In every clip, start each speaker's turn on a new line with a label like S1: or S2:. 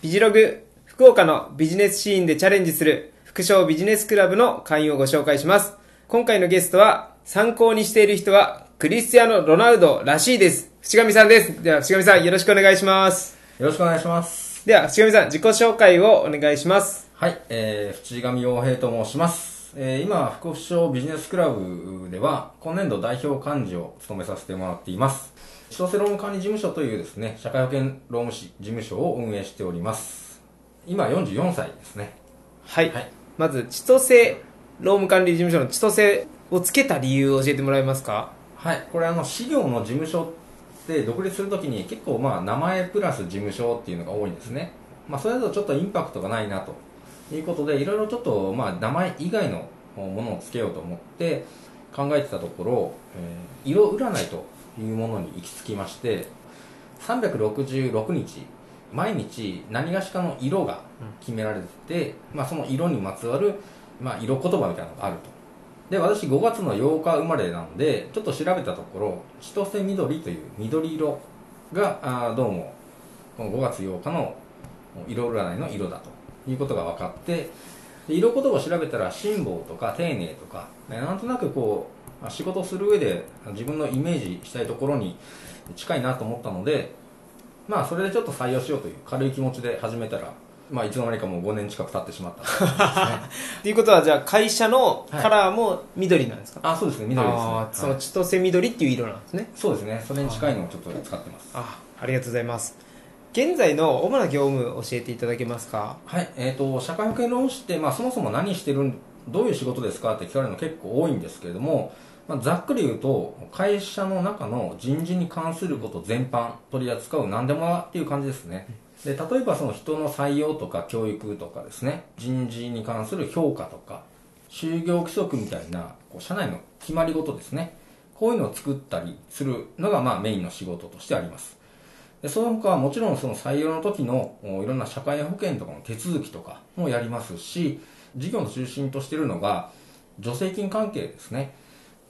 S1: ビジログ、福岡のビジネスシーンでチャレンジする、副賞ビジネスクラブの会員をご紹介します。今回のゲストは、参考にしている人は、クリスティアーノ・ロナウドらしいです。淵上さんです。では、淵上さん、よろしくお願いします。
S2: よろしくお願いします。
S1: では、淵上さん、自己紹介をお願いします。
S2: はい、えー、淵上洋平と申します。えー、今、福岡市長ビジネスクラブでは、今年度代表幹事を務めさせてもらっています。千歳労務管理事務所というですね、社会保険労務士事務所を運営しております。今、44歳ですね。
S1: はい。
S2: はい
S1: まず、千歳労務管理事務所の千歳をつけた理由を教えてもらえますか
S2: はい、これあの、資料の事務所って独立するときに結構まあ、名前プラス事務所っていうのが多いんですね。まあ、それだとちょっとインパクトがないなということで、いろいろちょっとまあ、名前以外のものをつけようと思って考えてたところ、えー色占いというものに行き着きまして、366日、毎日何がしかの色が決められてて、まあ、その色にまつわる、まあ、色言葉みたいなのがあると。で私5月の8日生まれなのでちょっと調べたところ千歳緑という緑色があーどうもこの5月8日の色占いの色だということが分かってで色言葉を調べたら辛抱とか丁寧とかねなんとなくこうまあ仕事する上で自分のイメージしたいところに近いなと思ったのでまあそれでちょっと採用しようという軽い気持ちで始めたらまあいつの間にかもう5年近く経ってしまったということですね
S1: っていうことは、じゃあ、会社のカラーも緑なんですか、
S2: あそうですね緑ですね
S1: ああ、その
S2: はい
S1: 千歳緑っていう色なんですね。
S2: そうですねそれに近いのをちょっと使ってます
S1: あありがとうございます現在の主な業務教えていただけますか
S2: はい、えー、と社会保険労務士って、まあ、そもそも何してるんどういう仕事ですかって聞かれるの結構多いんですけれども、まあ、ざっくり言うと会社の中の人事に関すること全般取り扱う何でもっていう感じですねで例えばその人の採用とか教育とかですね人事に関する評価とか就業規則みたいなこう社内の決まり事ですねこういうのを作ったりするのがまあメインの仕事としてありますでその他はもちろんその採用の時のおいろんな社会保険とかの手続きとかもやりますし事業の中心としているのが助成金関係ですね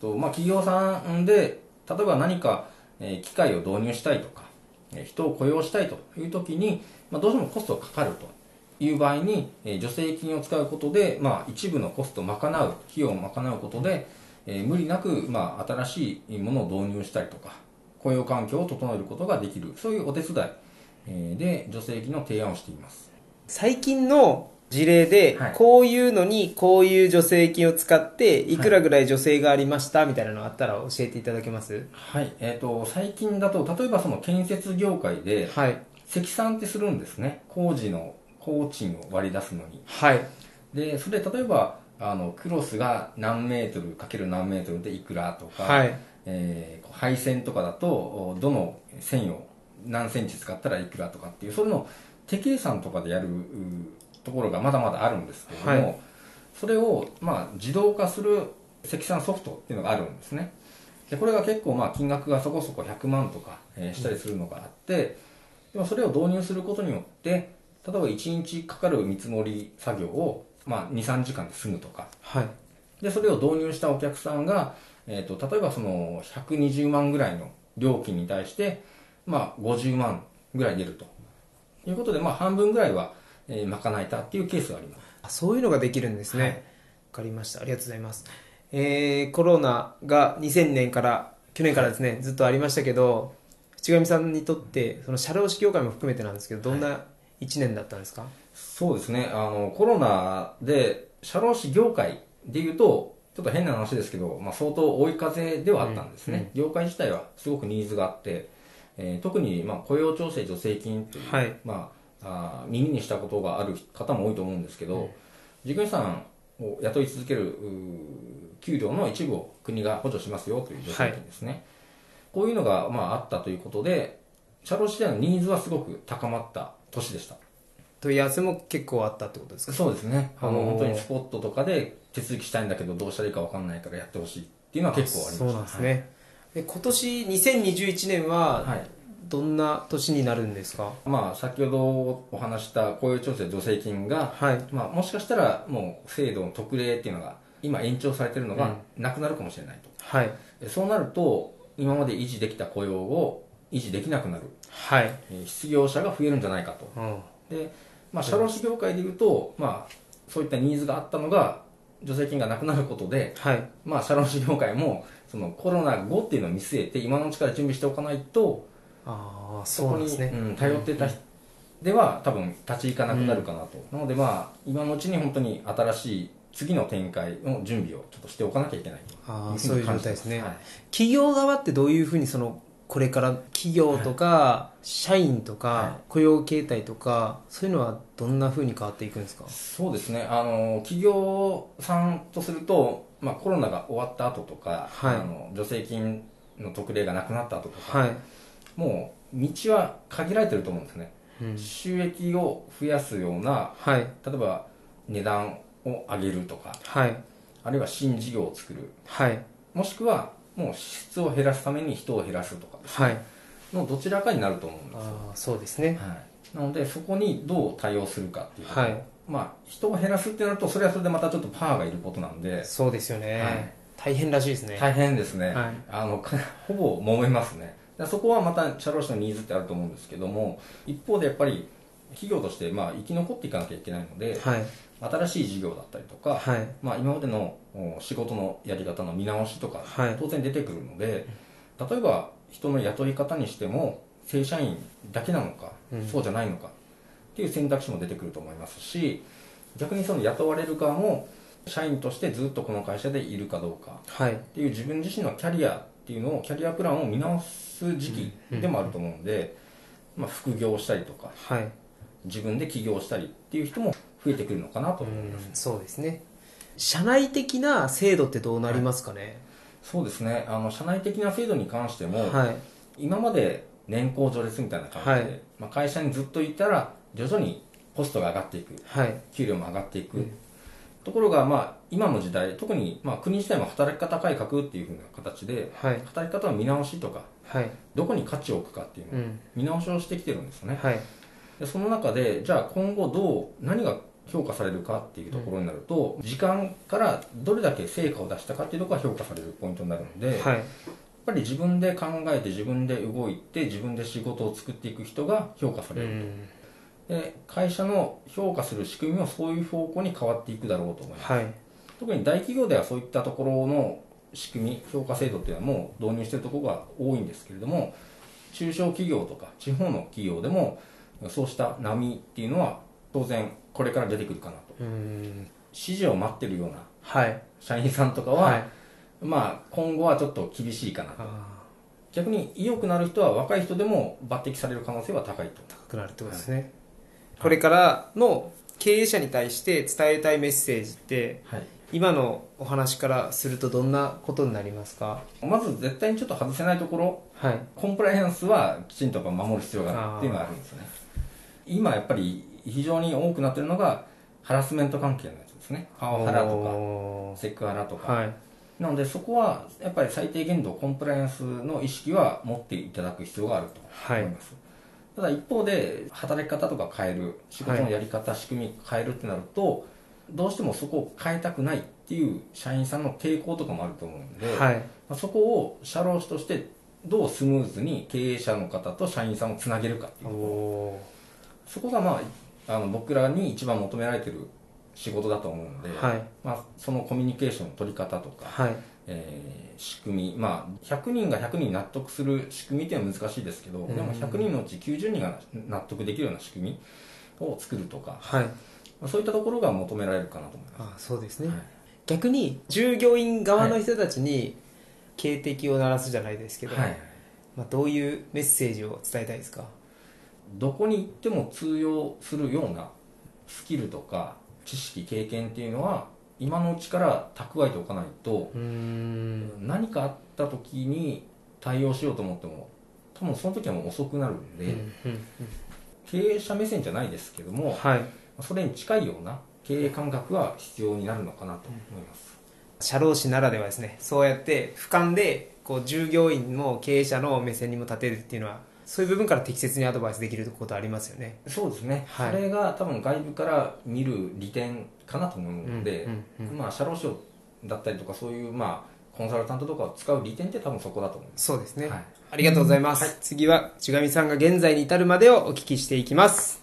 S2: と、まあ、企業さんで例えば何か、えー機械を導入したいとか、えー人を雇用したいという時に、まあ、どうしてもコストがかかるという場合に、えー助成金を使うことで、まあ、一部のコストを賄う費用を賄うことで、えー無理なく、まあ、新しいものを導入したりとか雇用環境を整えることができるそういうお手伝いえーで助成金の提案をしています
S1: 最近の事例で、
S2: はい
S1: こういうのにこういう助成金を使っていくらぐらい助成がありました、みたいなのあったら教えていただけます
S2: はい、えー、と最近だと例えばその建設業界で
S1: はい
S2: 積算ってするんですね工事の工賃を割り出すのに
S1: はい
S2: でそれ例えばあのクロスが何メートルかける何メートルでいくらとか、
S1: はい
S2: えーこう配線とかだとおどの線を何センチ使ったらいくらとかっていうそれの手計算とかでやるうところがまだまだあるんですけれども、
S1: は
S2: それを、まあ、自動化する積算ソフトっていうのがあるんですねでこれが結構まあ金額がそこそこ100万とか、えーしたりするのがあって、でもそれを導入することによって例えば1日かかる見積もり作業を、まあ、23時間で済むとか
S1: はい
S2: でそれを導入したお客さんが、えー、と例えばその120万ぐらいの料金に対して、まあ、50万ぐらい出るということで、まあ、半分ぐらいは、えー賄えたっていうケースがあります
S1: あそういうのができるんですね、
S2: はい
S1: わかりましたありがとうございますえー、コロナが2000年から去年からですね、ずっとありましたけど淵上さんにとってその社労士業界も含めてなんですけどどんな1年だったんですか、
S2: そうですねあのコロナで社労士業界でいうとちょっと変な話ですけど、まあ、相当追い風ではあったんですね、業界自体はすごくニーズがあって、えー特にまあ雇用調整助成金という、
S1: はい
S2: まあ、あー耳にしたことがある方も多いと思うんですけど、事業者さんを雇い続けるうー給料の一部を国が補助しますよという助成金ですね、こういうのがまああったということで社労士自体のニーズはすごく高まった年でした
S1: 問い合わせも結構あったってことですか
S2: そうですねあの
S1: おー
S2: 本当にスポットとかで手続きしたいんだけどどうしたらいいか分かんないからやってほしいっていうのは結構ありました
S1: そうなんですね、で今年2021年
S2: はい、
S1: は
S2: はい
S1: どんな年になるんですか
S2: まあ、先ほどお話した雇用調整助成金が、
S1: はい
S2: まあ、もしかしたらもう制度の特例っていうのが今延長されてるの
S1: うん
S2: がなくなるかもしれないと、
S1: はい
S2: でそうなると今まで維持できた雇用を維持できなくなる
S1: はい、
S2: えー失業者が増えるんじゃないかと
S1: うん、
S2: で、まあ、社労士業界でいうと、まあ、そういったニーズがあったのが助成金がなくなることで、
S1: はい。
S2: まあ、社労士業界もそのコロナ後っていうのを見据えて今のうちから準備しておかないと
S1: ああ、
S2: そ
S1: そう
S2: こ
S1: なん
S2: に
S1: ですね。
S2: うん頼ってた人では多分立ち行かなくなるかなと、なのでまあ今のうちに本当に新しい次の展開の準備をちょっとしておかなきゃいけない
S1: ああ、
S2: と
S1: そ
S2: い
S1: いう状態
S2: うふに感じて
S1: で
S2: ます
S1: ね。
S2: はい
S1: 企業側ってどういうふうにそのこれから企業とか社員とか
S2: は
S1: 雇用形態とかそういうのはどんなふうに変わっていくんですか
S2: そうですねあの企業さんとすると、まあ、コロナが終わった後とか、
S1: はい
S2: あの助成金の特例がなくなった後とか、
S1: はい、
S2: もう道は限られてると思うんですね、
S1: うん
S2: 収益を増やすような
S1: はい
S2: 例えば値段を上げるとか
S1: はい
S2: あるいは新事業を作る
S1: はい
S2: もしくはもう支出を減らすために人を減らすとか
S1: はい
S2: のどちらかになると思うんですよ、
S1: ああそうですね
S2: はい、なのでそこにどう対応するかっていうこと、
S1: はい
S2: まあ人を減らすってなるとそれはそれでまたちょっとパワーがいることなんで
S1: そうですよね、
S2: はい
S1: 大変らしいですね
S2: 大変ですね、
S1: はい
S2: あの かほぼ揉めますねだそこはまた社労士のニーズってあると思うんですけども一方でやっぱり企業としてまあ生き残っていかなきゃいけないので
S1: はい
S2: 新しい事業だったりとか、
S1: はい
S2: まあ、今までのお仕事のやり方の見直しとか
S1: はい
S2: 当然出てくるので、例えば人の雇い方にしても正社員だけなのか、
S1: うん
S2: そうじゃないのかっていう選択肢も出てくると思いますし逆にその雇われる側も社員としてずっとこの会社でいるかどうか
S1: はい
S2: っていう自分自身のキャリアっていうのをキャリアプランを見直す時期でもあると思うんで、まあ、副業したりとか
S1: はい
S2: 自分で起業したりっていう人も増えてくるのかなと
S1: う
S2: 思います。
S1: んそうですね社内的な制度ってどうなりますかね
S2: そうですねあの社内的な制度に関しても、
S1: はい
S2: 今まで年功序列みたいな感じで、
S1: はい
S2: まあ、会社にずっといたら徐々にポストが上がっていく
S1: はい
S2: 給料も上がっていく、
S1: うん
S2: ところが、まあ、今の時代特に、まあ、国自体も働き方改革っていうふうな形で
S1: はい
S2: 働き方の見直しとか
S1: はい
S2: どこに価値を置くかっていう
S1: う
S2: のを
S1: ん
S2: 見直しをしてきてるんですよね、
S1: はい
S2: でその中でじゃあ今後どう何が評価されるかっていうところになると、時間からどれだけ成果を出したかっていうところが評価されるポイントになるので、
S1: はい
S2: やっぱり自分で考えて自分で動いて自分で仕事を作っていく人が評価さ
S1: う
S2: れる、
S1: ん
S2: で会社の評価する仕組みもそういう方向に変わっていくだろうと思います
S1: はい
S2: 特に大企業ではそういったところの仕組み評価制度っていうのはもう導入しているところが多いんですけれども中小企業とか地方の企業でもそうした波っていうのは当然これから出てくるかなと
S1: うん
S2: 指示を待ってるような
S1: はい
S2: 社員さんとかは、
S1: はい
S2: まあ今後はちょっと厳しいかなと
S1: あ
S2: 逆に意欲のある人は若い人でも抜擢される可能性は高いと
S1: あ高くなるってことですね、これからの経営者に対して伝えたいメッセージって
S2: はい、
S1: 今のお話からするとどんなことになりますか
S2: まず絶対にちょっと外せないところ
S1: はい
S2: コンプライアンスはきちんとやっぱ守る必要があるっていうのがあるんですよね今やっぱり非常に多くなってるのがハラスメント関係のやつですねパワハラとかセクハラ
S1: と
S2: とか、
S1: はい
S2: なのでそこはやっぱり最低限度コンプライアンスの意識は持っていただく必要があると
S1: はい
S2: 思います、ただ一方で働き方とか変える仕事のやり方、仕組み変えるってなるとどうしてもそこを変えたくないっていう社員さんの抵抗とかもあると思うんで、ま
S1: はい
S2: あそこを社労士としてどうスムーズに経営者の方と社員さんをつなげるかっていう
S1: お
S2: とこ
S1: お
S2: そこがまああの僕らに一番求められてる仕事だと思うので、
S1: ーはい
S2: まあ、そのコミュニケーションの取り方とか
S1: はい
S2: えー仕組み、まあ、100人が100人納得する仕組みっていうのは難しいですけど、
S1: うん
S2: でも100人のうち90人が納得できるような仕組みを作るとか、
S1: はい
S2: まあそういったところが求められるかなと思います。
S1: ああそうですね、
S2: はい
S1: 逆に従業員側の人たちに警笛を鳴らすじゃないですけど、
S2: はい
S1: まあ、どういうメッセージを伝えたいですか
S2: どこに行っても通用するようなスキルとか知識経験っていうのは今のうちから蓄えておかないと、
S1: うん
S2: 何かあった時に対応しようと思っても多分その時はもう遅くなるんで、
S1: うんうん
S2: 経営者目線じゃないですけど
S1: うん
S2: も、
S1: はい
S2: それに近いような経営感覚は必要になるのかなと思います、
S1: 社労士ならではですねそうやって俯瞰でこう従業員も経営者の目線にも立てるっていうのはそういう部分から適切にアドバイスできることありますよね
S2: そうですね、
S1: はい
S2: それが多分外部から見る利点かなと思うので、
S1: うんうんうん
S2: まあ社労士だったりとかそういうまあコンサルタントとかを使う利点って多分そこだと思います、
S1: そうですね、
S2: はい
S1: ありがとうございます、次は千上さんが現在に至るまでをお聞きしていきます